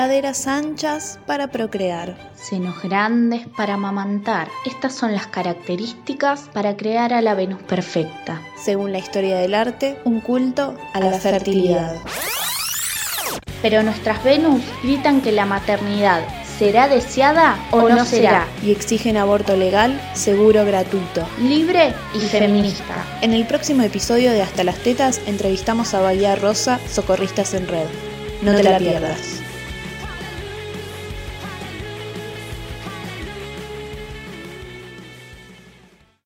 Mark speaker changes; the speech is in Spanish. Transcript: Speaker 1: caderas anchas para procrear,
Speaker 2: senos grandes para amamantar. Estas son las características para crear a la Venus perfecta.
Speaker 1: según la historia del arte, un culto a, la, fertilidad.
Speaker 2: Pero nuestras Venus gritan que la maternidad será deseada o, no, será,
Speaker 1: y exigen aborto legal, seguro, gratuito.
Speaker 2: libre y, feminista.
Speaker 1: En el próximo episodio de Hasta las Tetas entrevistamos a Balia Rosa, Socorristas en Red. No, te, la pierdas.